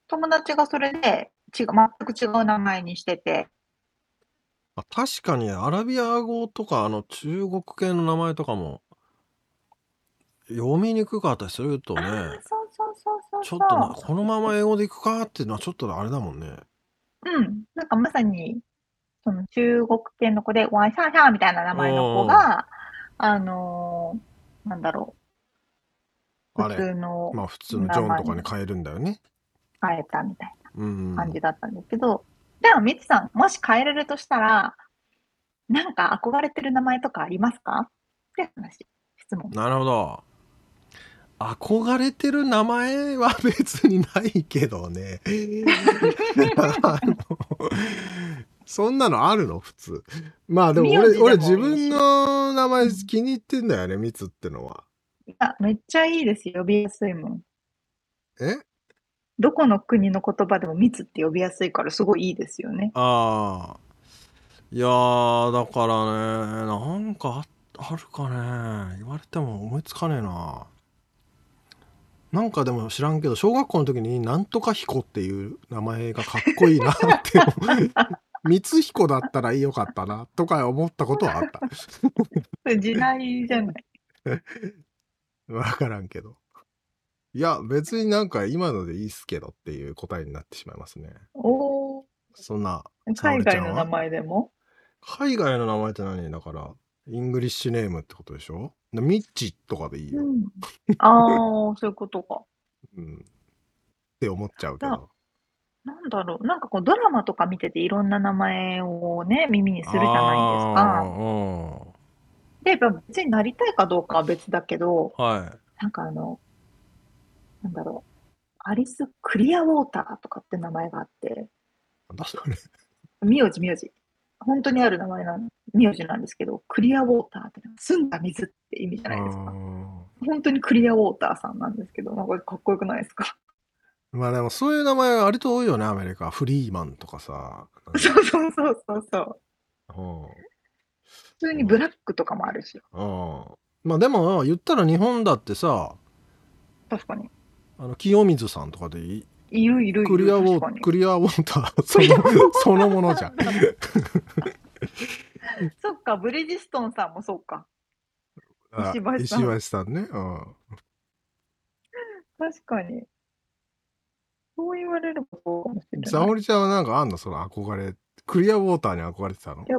友達がそれで違う、全く違う名前にしてて、
あ確かにアラビア語とかあの中国系の名前とかも読みにくかったりするとね
あーそうそうそうそう
ち
そう
ょっとなこのまま英語でいくかっていうのはちょっとあれだもんね
うん、なんかまさにその中国系の子でワンシャーシャーみたいな名前の子が、あのーなんだろう、
あ
普
れ
通の
まあ普通のジョンとかに変えるんだよね
変えたみたい
うん
な感じだったんですけど、でもミツさん、もし変えれるとしたら、なんか憧れてる名前とかありますかって話、質問。
なるほど憧れてる名前は 別にないけどね あのそんなのあるの普通まあでも
名字でも
俺俺
いいし
自分の名前気に入ってんだよねミツってのは
あめっちゃいいですよ、呼びやすいもん。
え
どこの国の言葉でも密って呼びやすいからすごいいいですよね。
ああいやーだからねなんかああるかね言われても思いつかねえななんかでも知らんけど小学校の時に「なんとか彦」っていう名前がかっこいいなって思う光彦だったらよかったなとか思ったことはあった
それ時代じゃない。
分からんけどいや別になんか今のでいいっすけどっていう答えになってしまいますね
おー
そんな沙
海
織
外
ちゃん
の
は
名前でも
海外の名前って何だから、イングリッシュネームってことでしょでミッチとかでいいよ、
う
うん
ん。ああ、そういうことか。
って思っちゃうけど。
なんだろう。なんかこうドラマとか見てていろんな名前をね、耳にするじゃないですか。で、やっぱ別になりたいかどうかは別だけど、
ないですか。はい。
なんかあの、なんだろう。アリス・クリアウォーターとかって名前があって、
なんだそれ。
名字名字。本当にある名前なん、名字なんですけど、クリアウォーターってなんか澄んだ水って意味じゃないですか。本当にクリアウォーターさんなんですけど、なんかかっこよくないですか
まあでもそういう名前は割と多いよね、アメリカ。フリーマンとかさ。
そうそうそうそうそう。
うん。うん
普通にブラックとかもあるし、
まあでも、言ったら日本だってさ、
確かに。
あの清水さんとかでいい
いるいるいる。
クリアウ
確
ォ
かに
ークリアウォータ ーそのそのものじゃん。
そっか、ブリヂストンさんもそうか。
あ
石橋さん
石橋さんね。うん。
確かに。そう言われることかもしれ
沙
ない。
織ちゃんはなんかあんのその憧れクリアウォーターに憧れてたの
いや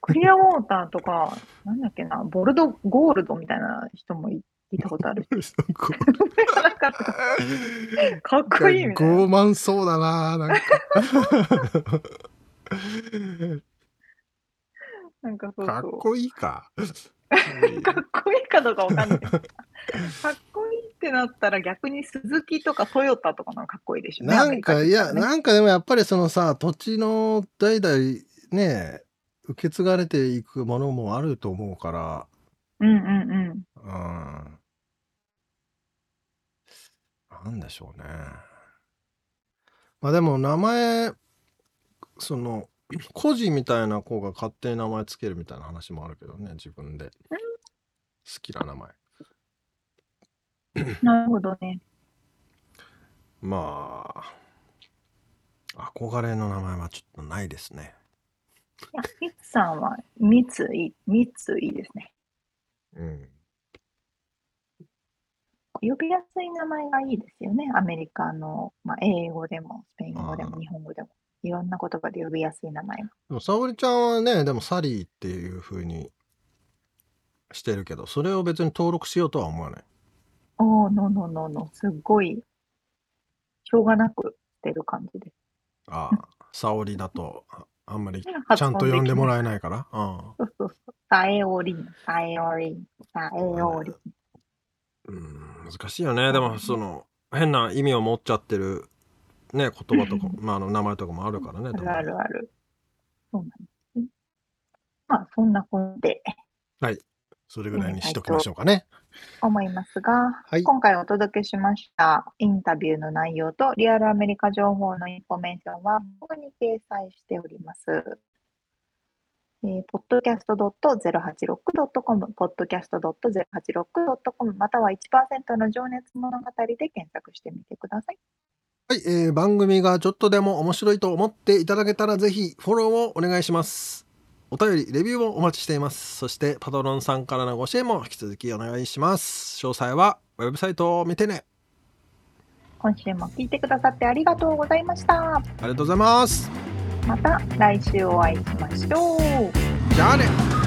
クリアウォーターとか、なんだっけな、ボルドゴールドみたいな人もいいたことあるし。なんかかっこいいみたいな。
傲慢そうだななんか
なんかそう
かっ
そう。
こい いか
かっこいいかどうかわかんない。かっこいいってなったら逆にスズキとかトヨタとかの方がかっこいいでしょうね。
な
アメ
ん
リカ
か
人
いや
ね
なんかでもやっぱりそのさ土地の代々ね受け継がれていくものもあると思うから
うんうんうん。
うんなんでしょうねまあでも名前その個人みたいな子が勝手に名前つけるみたいな話もあるけどね自分で好きな名前
なるほどね。
まあ憧れの名前はちょっとないですね
いや、ミツさんは、ミツイ、ミツイですね。
うん
呼びやすい名前がいいですよね。アメリカの、まあ、英語でも、スペイン語で
あ
も、
ー
日本語でも。いろんな言葉で呼びやすい名前が。
でも沙織ちゃんはねでもサリーっていう風にしてるけどそれを別に登録しようとは思わない
おー、ノーノーノーノー。すっごい、しょうがなく出る感じです。
ああ沙織だとああんまりち
発
ゃんと呼んでも
う。
らえないから あ
そうそうそう。サエオリン、サエオリン、サエオリン。
あうん難しいよねでもその変な意味を持っちゃってるね言葉と かもまああの名前とかもあるからね
あ
た
る
ま
あ
に
るある。そうなんですね。まあ、そんなことで
それぐらいにしときましょうかね
思いますが、
はい
今回お届けしましたインタビューの内容とリアルアメリカ情報のインフォメーションはブログに掲載しております。えー、podcast.086.com、podcast.086.com、または1%の情熱物語で検索してみてください。
はい、えー番組がちょっとでも面白いと思っていただけたらぜひフォローをお願いしますお便りレビューもお待ちしていますそしてパトロンさんからのご支援も引き続きお願いします詳細はウェブサイトを見てね
今週も聞いてくださってありがとうございました。
ありがとうございます
また来週お会いしましょう。
じゃあね
バイバイ